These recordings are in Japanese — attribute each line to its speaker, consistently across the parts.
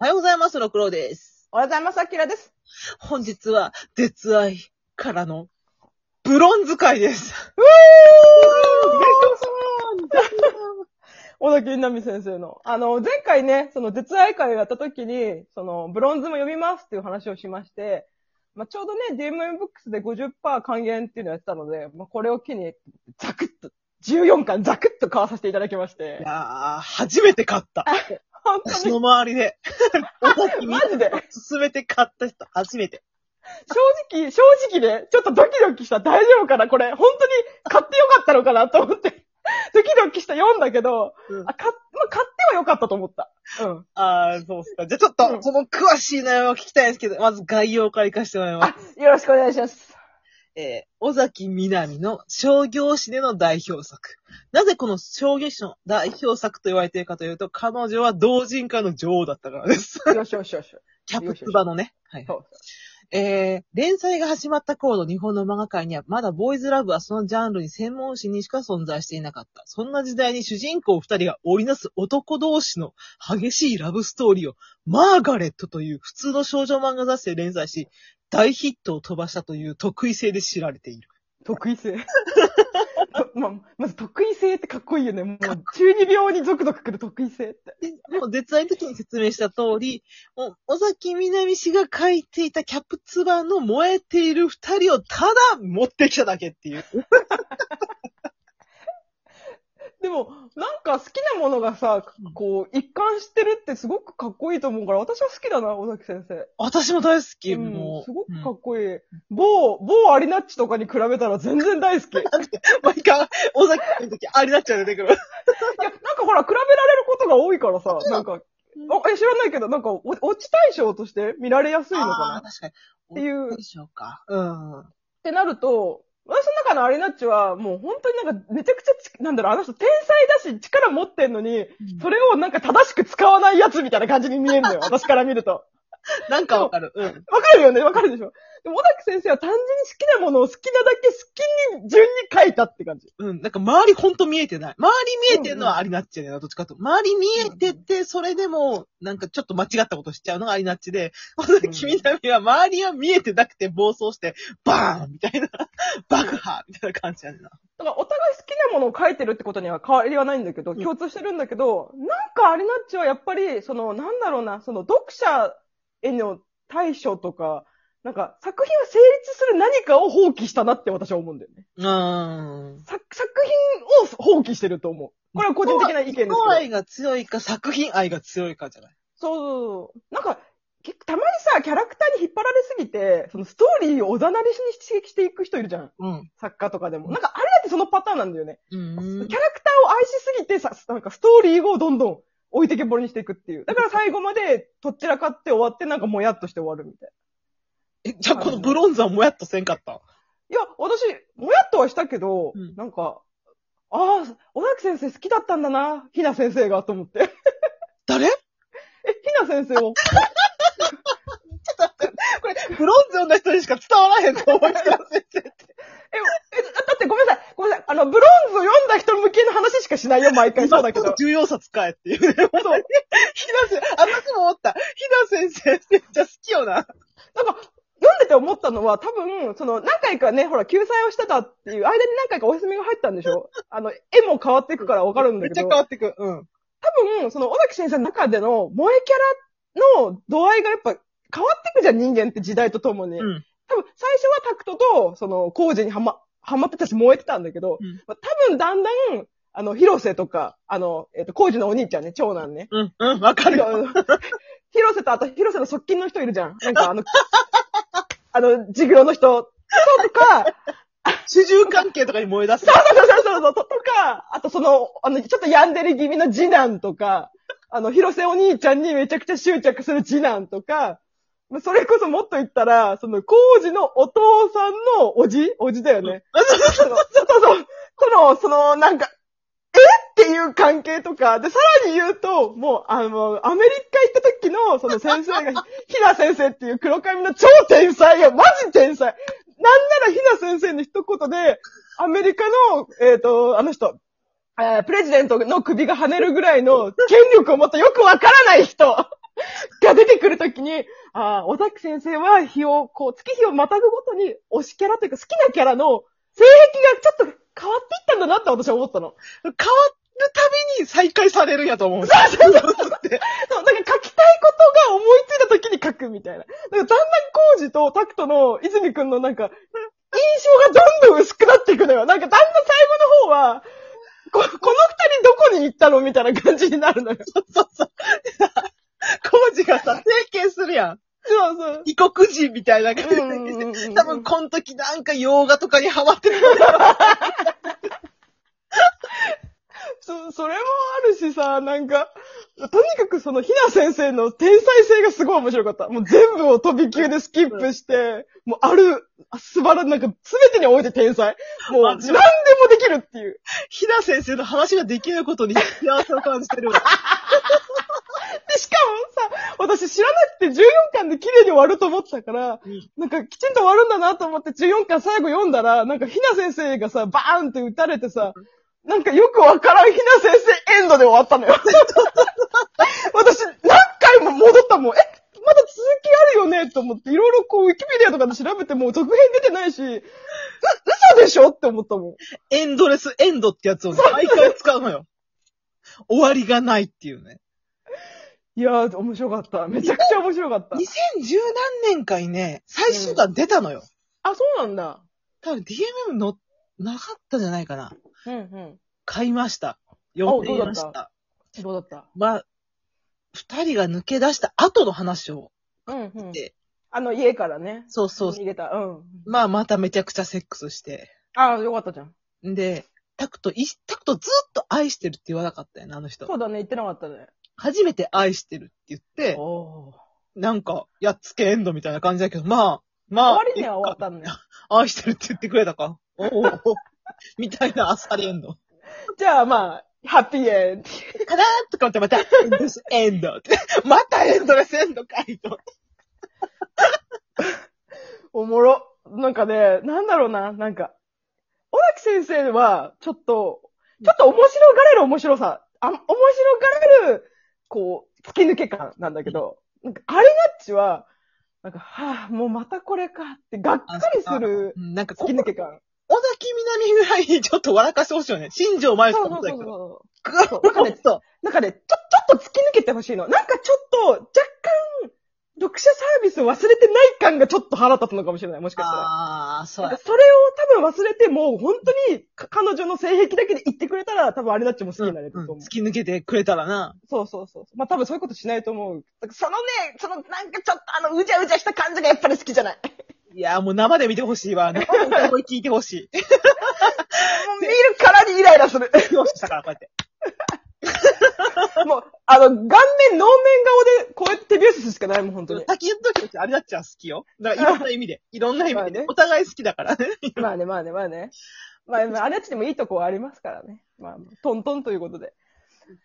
Speaker 1: おはようございます、六郎です。
Speaker 2: おはようございます、あきらです。
Speaker 1: 本日は、絶愛からの、ブロンズ会です。
Speaker 2: 小崎稲美先生の。あの、前回ね、その絶愛会をやった時に、その、ブロンズも読みますっていう話をしまして、まあ、ちょうどね、DMM ブックスで50%還元っていうのをやってたので、まあ、これを機に、ザクッと、14巻ザクッと買わさせていただきまし
Speaker 1: い
Speaker 2: て。
Speaker 1: やー、初めて買った。
Speaker 2: 本当
Speaker 1: 私
Speaker 2: に、
Speaker 1: の周りで。おき
Speaker 2: マジで、
Speaker 1: 進めて買った人、初めて。
Speaker 2: 正直、正直ね、ちょっとドキドキした。大丈夫かなこれ、本当に買ってよかったのかなと思って、 ドキドキした読んだけど、
Speaker 1: うん
Speaker 2: あ、買っ、まあ、買ってはよかったと思った。うん。
Speaker 1: あー、そうっすか。じゃあちょっと、
Speaker 2: うん
Speaker 1: この詳しい内容を聞きたいんですけど、まず概要からいかせてもらいます。
Speaker 2: よろしくお願いします。
Speaker 1: えー、尾崎みなみの商業誌での代表作。なぜこの商業誌の代表作と言われているかというと、彼女は同人界の女王だったからです。
Speaker 2: よしよしよし。
Speaker 1: キャプツバのね。はい。
Speaker 2: そう。
Speaker 1: えー、連載が始まった頃の日本の漫画界には、まだボーイズラブはそのジャンルに専門誌にしか存在していなかった。そんな時代に主人公二人が織りなす男同士の激しいラブストーリーを、マーガレットという普通の少女漫画雑誌で連載し、大ヒットを飛ばしたという得意性で知られている。
Speaker 2: 得意性。 ま、まず得意性ってかっこいいよね。もう、中二病にゾクゾクくる得意性って。
Speaker 1: で、もう絶愛の時に説明した通り、もう、尾崎みなみ氏が書いていたキャプツバの燃えている二人をただ持ってきただけっていう。
Speaker 2: でも、なんか好きなものがさ、こう、一貫してるってすごくかっこいいと思うから、私は好きだな、尾崎先生。
Speaker 1: 私も大好き、
Speaker 2: うん
Speaker 1: もう。
Speaker 2: すごく
Speaker 1: うん
Speaker 2: かっこいい。某、某アリナッチとかに比べたら全然大 好き。いや、
Speaker 1: 毎回、尾崎君の時、あれなっちゃう出てくる。
Speaker 2: なんかほら、比べられることが多いからさ、なんか、あ、え、知らないけど、なんか、お落ち対象として見られやすいの
Speaker 1: ああ
Speaker 2: か
Speaker 1: ー、確かに。
Speaker 2: なっていう
Speaker 1: どうでしょうか。うん。
Speaker 2: ってなると、私の中のアリナッチは、もう本当になんかめちゃくちゃち、なんだろう、あの人天才だし力持ってんのに、それをなんか正しく使わないやつみたいな感じに見える のよ、私から見ると。
Speaker 1: なんかわかる。うん。
Speaker 2: わかるよねわかるでしょでも、小崎先生は単純に好きなものを好きなだけ好きに順に書いたって感じ。
Speaker 1: うん。なんか周りほんと見えてない。周り見えてるのはありなっちやねんな、どっちかと。周り見えてて、それでも、なんかちょっと間違ったことしちゃうのがありなっちで、尾崎みなみは周りは見えてなくて暴走して、バーンみたいな、 爆破みたいな感じやねんな。
Speaker 2: だから、お互い好きなものを書いてるってことには変わりはないんだけど、
Speaker 1: うん
Speaker 2: 共通してるんだけど、なんかアリナッチはやっぱり、その、なんだろうな、その、読者への対処とか、なんか、作品を成立する何かを放棄したなって私は思うんだよね。
Speaker 1: うーん。
Speaker 2: 作、作品を放棄してると思う。これは個人的な意見ですけど。
Speaker 1: 人
Speaker 2: そう
Speaker 1: 愛が強いか、作品愛が強いかじゃない。
Speaker 2: そうそう。なんか、結構たまにさ、キャラクターに引っ張られすぎて、そのストーリーをおざなりしに刺激していく人いるじゃん。
Speaker 1: うん。
Speaker 2: 作家とかでも。なんか、あれだってそのパターンなんだよね。
Speaker 1: うん
Speaker 2: キャラクターを愛しすぎてさ、なんかストーリーをどんどん置いてけぼりにしていくっていう。だから最後までとっちらかって終わってなんかもやっとして終わるみたい
Speaker 1: え、じゃあこのブロンズはもやっとせんかった
Speaker 2: な。いや、私、もやっとはしたけど、
Speaker 1: うん
Speaker 2: なんか、ああ、小崎先生好きだったんだな、ひな先生が、と思って。え、
Speaker 1: 誰
Speaker 2: ひな先生を。
Speaker 1: これ、ブロンズ読んだ人にしか伝わらへんと思いながら先生って。
Speaker 2: え、だだってごめんなさい、ごめんなさい。あの、ブロンズを読んだ人向けの話しかしないよ、毎回。そうだけど。
Speaker 1: 重要さ使えっていうね。本当に。ひな先生、私も思った。ひな先生めっちゃ好きよな。
Speaker 2: なんか、読んでて思ったのは、多分、その、何回かね、ほら、救済をしてたっていう、間に何回かお休みが入ったんでしょあの、絵も変わっていくからわかるん
Speaker 1: めっ
Speaker 2: だけ
Speaker 1: ちゃ
Speaker 2: ど、
Speaker 1: 変
Speaker 2: 多
Speaker 1: わってく。うん。
Speaker 2: 分、その、尾崎先生の中での、萌えキャラの度合いがやっぱ、変わっていくじゃん、人間って時代とともに。
Speaker 1: うん
Speaker 2: 多分、最初はタクトと、その、工事にはま、はまってたし、燃えてたんだけど、
Speaker 1: うん
Speaker 2: まあ多分、だんだん、あの、広瀬とか、あの、えっ、と、工事のお兄ちゃんね、長男ね。
Speaker 1: うん、うん、わかるよ。
Speaker 2: 広瀬とあと広瀬の側近の人いるじゃん。なんかあの、 あの、ジグロの人とか、
Speaker 1: 主従関係とかに燃え出す。
Speaker 2: そうそうそうそうそうとか、あとその、あの、ちょっと病んでる気味の次男とか、あの、広瀬お兄ちゃんにめちゃくちゃ執着する次男とか、まあそれこそもっと言ったら、その、工事のお父さんのおじおじだよね。そのそうそうそう。との、その、なんか、えっていう関係とか、で、さらに言うと、もう、あの、アメリカ行った時の、その先生が、 ひひな先生っていう黒髪の超天才よマジ天才なんならひな先生の一言で、アメリカの、えっ、と、あの人、え ープレジデントの首が跳ねるぐらいの権力を持ったよくわからない人が出てときに、ああ、尾崎先生は日を、こう、月日をまたぐごとに推しキャラというか好きなキャラの性癖がちょっと変わっていったんだなって私は思ったの。
Speaker 1: 変わるたびに再開されるんやと思う。
Speaker 2: そうそう
Speaker 1: そうって。
Speaker 2: そう、なんか書きたいことが思いついた時に書くみたいな。だからだんだん工事とタクトの泉くんのなんか、印象がどんどん薄くなっていくのよ。なんかだんだん最後の方は、ここの二人どこに行ったのみたいな感じになるのよ。
Speaker 1: そうそう。コージがさ、整形するやん。
Speaker 2: そうそう。
Speaker 1: 異国人みたいな感じで。多分この時なんか洋画とかにハマってる。
Speaker 2: そ、それもあるしさ、なんか、とにかくその、ひな先生の天才性がすごい面白かった。もう全部を飛び級でスキップして、もうある、素晴らしい、なんか全てにおいて天才。もう、
Speaker 1: マ
Speaker 2: 何
Speaker 1: ジ
Speaker 2: でもできるっていう。
Speaker 1: ひな先生の話ができることに幸せを感じてるわ。
Speaker 2: で、しかもさ、私知らなくて14巻で綺麗に終わると思ってたから、
Speaker 1: うん
Speaker 2: なんかきちんと終わるんだなと思って14巻最後読んだら、なんかひな先生がさ、バーンって打たれてさ、なんかよくわからんひな先生エンドで終わったの よ。私、何回も戻ったもん。えまだ続きあるよねと思って、いろいろこう、ウィキペディアとかで調べても、続編出てないし、う、嘘でしょって思ったもん。
Speaker 1: エンドレスエンドってやつを毎回使うのよ。終わりがないっていうね。
Speaker 2: いやー、面白かった。めちゃくちゃ面白かった
Speaker 1: 2010。何年かにね、最終弾出たのよ。
Speaker 2: あ、そうなんだ。
Speaker 1: 多分 DMM の、なかったんじゃないかな。
Speaker 2: うんう
Speaker 1: 買いました。読んでいまし
Speaker 2: どうだ
Speaker 1: た。
Speaker 2: ん。どうだった
Speaker 1: まあ、二人が抜け出した後の話を。
Speaker 2: うんうん
Speaker 1: で
Speaker 2: あの、家からね。
Speaker 1: そうそう。
Speaker 2: 逃げた。うん。
Speaker 1: まあ、まためちゃくちゃセックスして。
Speaker 2: ああ、よかったじゃん。
Speaker 1: んで、タクト、いタクトずっと愛してるって言わなかったよね、あの人
Speaker 2: そ。うだね、言ってなかったね。
Speaker 1: 初めて愛してるって言って、
Speaker 2: おー
Speaker 1: なんか、やっつけエンドみたいな感じだけど、まあ、まあ、
Speaker 2: 終わりには終わったんだよ。
Speaker 1: 愛してるって言ってくれたか。おおおみたいなあっさりエンド。
Speaker 2: じゃあまあ、ハッピーエンド。
Speaker 1: かなーとか思 ってまた、エンドレスエンドって。またエンドレスエンドかいと。
Speaker 2: おもろ。なんかね、なんだろうな、なんか。小崎先生は、ちょっと、ちょっと面白がれる面白さ。あ面白がれる、こう、突き抜け感なんだけど、なんか、アリナッチは、なんか、はぁ、もうまたこれかって、がっかりする
Speaker 1: うんなんかこ
Speaker 2: 突
Speaker 1: う、
Speaker 2: き
Speaker 1: 小
Speaker 2: 抜け感。
Speaker 1: 崎みなみぐらいにちょっと笑かしてほしいよね。新庄前さ
Speaker 2: そ
Speaker 1: ん
Speaker 2: う
Speaker 1: も
Speaker 2: そう
Speaker 1: そう
Speaker 2: そ
Speaker 1: だ
Speaker 2: う
Speaker 1: けど。
Speaker 2: そう。
Speaker 1: ぐ
Speaker 2: そうそう
Speaker 1: ーっと。
Speaker 2: なんかね、ちょ、ちょっと突き抜けてほしいの。なんかちょっと、若干、読者サービスを忘れてない感がちょっと腹立つのかもしれない、もしかしたら。
Speaker 1: ああ、そう
Speaker 2: なん
Speaker 1: や
Speaker 2: か。それを多分忘れて、もう本当にか彼女の性癖だけで言ってくれたら、多分あれなっちも好きになれると
Speaker 1: うん
Speaker 2: 思う。
Speaker 1: 突き抜けてくれたらな。
Speaker 2: そうそうそう。まあ多分そういうことしないと思う。だからそのね、そのなんかちょっとあの、うじゃうじゃした感じがやっぱり好きじゃない。も
Speaker 1: いやー、もう生で見てほしいわ。生で歌声聞いてほしい。
Speaker 2: う見るからにイライラす る。
Speaker 1: よし、したから、こうやって。
Speaker 2: もう、あの、顔面、能面顔でこうやって手拍子するしかないもん、本当に。
Speaker 1: 先言っときあれだっちゃ好きよ。だからいろんな意味で。いろんな意味で
Speaker 2: まあね
Speaker 1: ね。お互い好きだ からね。
Speaker 2: まあね、まあね、まあね。まあ、まあ、あれっちでもいいとこはありますからね。まあ、トントンということで。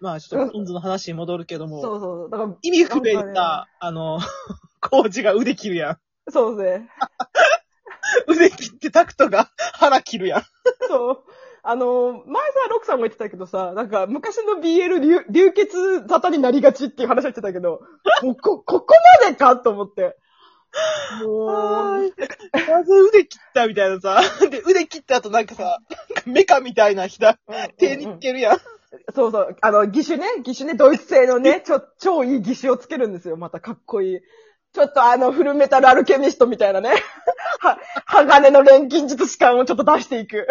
Speaker 1: まあ、ちょっと、インズの話に戻るけど
Speaker 2: そう
Speaker 1: も。
Speaker 2: そうそう。だから、
Speaker 1: 意味不明
Speaker 2: なんか
Speaker 1: だ。あの、 コーチが腕切るやん。
Speaker 2: そうですね。
Speaker 1: 腕切ってタクトが 腹切るやん。
Speaker 2: そう。あの、前さ、ロクさんも言ってたけどさ、なんか、昔の BL 流流血沙汰になりがちっていう話を言ってたけど、もうこ、ここまでかと思って。もう、
Speaker 1: まず腕切ったみたいなさ。 で、腕切った後なんかさ、なんかメカみたいな左手につけるやん。
Speaker 2: そうそう。あの、義手ね、義手ね、ドイツ製のね、ちょ、超いい義手をつけるんですよ。またかっこいい。ちょっとあの、フルメタルアルケミストみたいなね。 は、鋼の錬金術士感をちょっと出していく。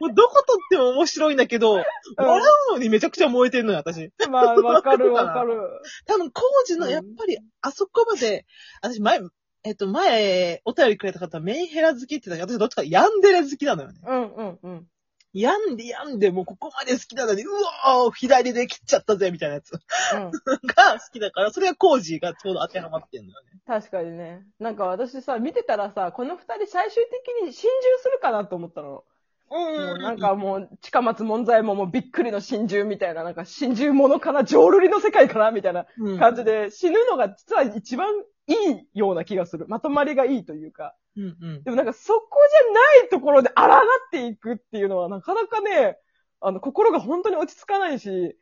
Speaker 1: もうどこ撮っても面白いんだけど、笑うのにめちゃくちゃ燃えてるのよ、私。
Speaker 2: まあ、わかるわかる。
Speaker 1: 多分、工事の、やっぱり、あそこまで、私、前、えっと、前、お便りくれた方、メンヘラ好きって言ったけど、私どっちかヤンデレ好きなのよね。
Speaker 2: うんうんうん。
Speaker 1: ヤンでヤンで、もうここまで好きなのに、うわー、左で切っちゃったぜ、みたいなやつ が好きだから、それが工事がちょうど当てはまってんのよね。
Speaker 2: 確かにね。なんか私さ、見てたらさ、この二人最終的に心中するかなと思ったの。もうなんかもう、近松門左衛門もびっくりの心中みたいな、なんか心中ものかな、浄瑠璃の世界かな、みたいな
Speaker 1: うん、
Speaker 2: 感じで、死ぬのが実は一番いいような気がする。まとまりがいいというか。
Speaker 1: うんうん。
Speaker 2: でもなんかそこじゃないところで荒がっていくっていうのはなかなかね、あの、心が本当に落ち着かないし、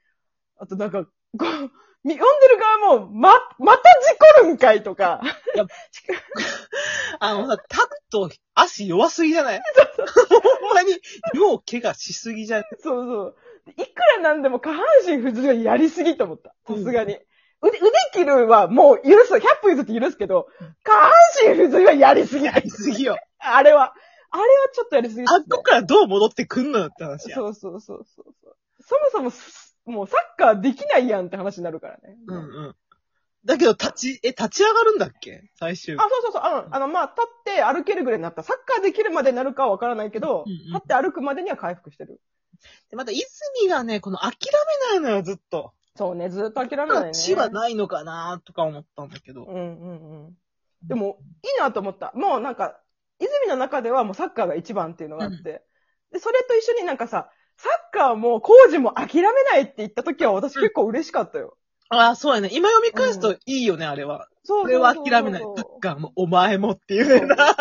Speaker 2: あとなんか、こうみ読んでる側も、ま、また事故るんかいとか、
Speaker 1: あのさ、タクと足弱すぎじゃない ほんまに、よう怪我しすぎじゃない
Speaker 2: そうそう。いくらなんでも下半身不自由にやりすぎと思った。さすがに。腕、腕切るはもう許す。100歩譲って許すけど、下半身不自由はやりすぎ。
Speaker 1: やりす ぎよ。
Speaker 2: あれは。あれはちょっとやりすぎです
Speaker 1: あ
Speaker 2: ね
Speaker 1: っこからどう戻ってくんのよって話や。
Speaker 2: そうそうそうそうそう。そもそもす、もうサッカーできないやんって話になるからね。
Speaker 1: うんうん。だけど、立ち、え、立ち上がるんだっけ最終。
Speaker 2: あ、そうそうそう。あの、あの、まあ、立って歩けるぐらいになった。サッカーできるまでになるかはわからないけど、
Speaker 1: うんうん
Speaker 2: 立って歩くまでには回復してる。
Speaker 1: でまた、泉がね、この諦めないのよ、ずっと。
Speaker 2: そうね、ずっと諦め
Speaker 1: だか
Speaker 2: ない
Speaker 1: ら
Speaker 2: ね。
Speaker 1: 血はないのかなとか思ったんだけど。
Speaker 2: うんうんうん。でも、いいなと思った。もうなんか、泉の中ではもうサッカーが一番っていうのがあって。
Speaker 1: うん
Speaker 2: で、それと一緒になんかさ、サッカーも工事も諦めないって言った時は私結構嬉しかったよ。
Speaker 1: ああ、そうやね。今読み返すといいよね、あれは。
Speaker 2: そう
Speaker 1: 俺は諦めない。サッカーもお前もっていうねんな。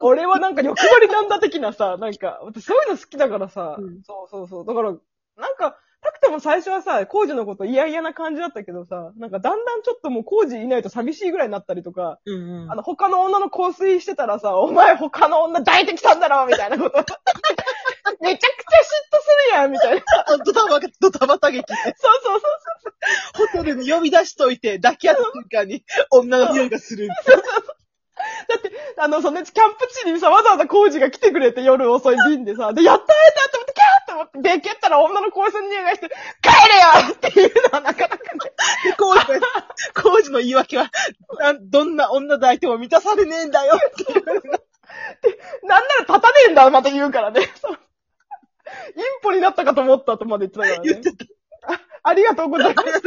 Speaker 2: 俺はなんか欲張りなんだ的な さ、なんか、私そういうの好きだからさ、
Speaker 1: うん
Speaker 2: そうそうそう。だから、なんか、タクトも最初はさ、工事のこと嫌々な感じだったけどさ、なんかだんだんちょっともう工事いないと寂しいぐらいになったりとか、
Speaker 1: うん
Speaker 2: あの、他の女の香水してたらさ、お前他の女抱いてきたんだろみたい なこと。めちゃくちゃ嫉妬するやんみたいな。
Speaker 1: ドタバ、ドタバタ劇。
Speaker 2: そうそうそう
Speaker 1: ホテルに呼び出しといて、抱き合った瞬間に女の匂いがする。
Speaker 2: あの、そのうちキャンプ地にさ、わざわざ工事が来てくれて夜遅い便でさ、で、やった会えたと思って、キャーって思って、で、蹴ったら女の香水の匂いがして、帰れよっていうのはなかなかね。
Speaker 1: で、工事の、工事の言い訳は、なんどんな女抱いても満たされねえんだよっていう。
Speaker 2: なんなら立たねえんだ、また言うからね。 そうインポになったかと思ったとまで言ってたから
Speaker 1: 言っ
Speaker 2: ね。
Speaker 1: てた。
Speaker 2: ありがとうございます。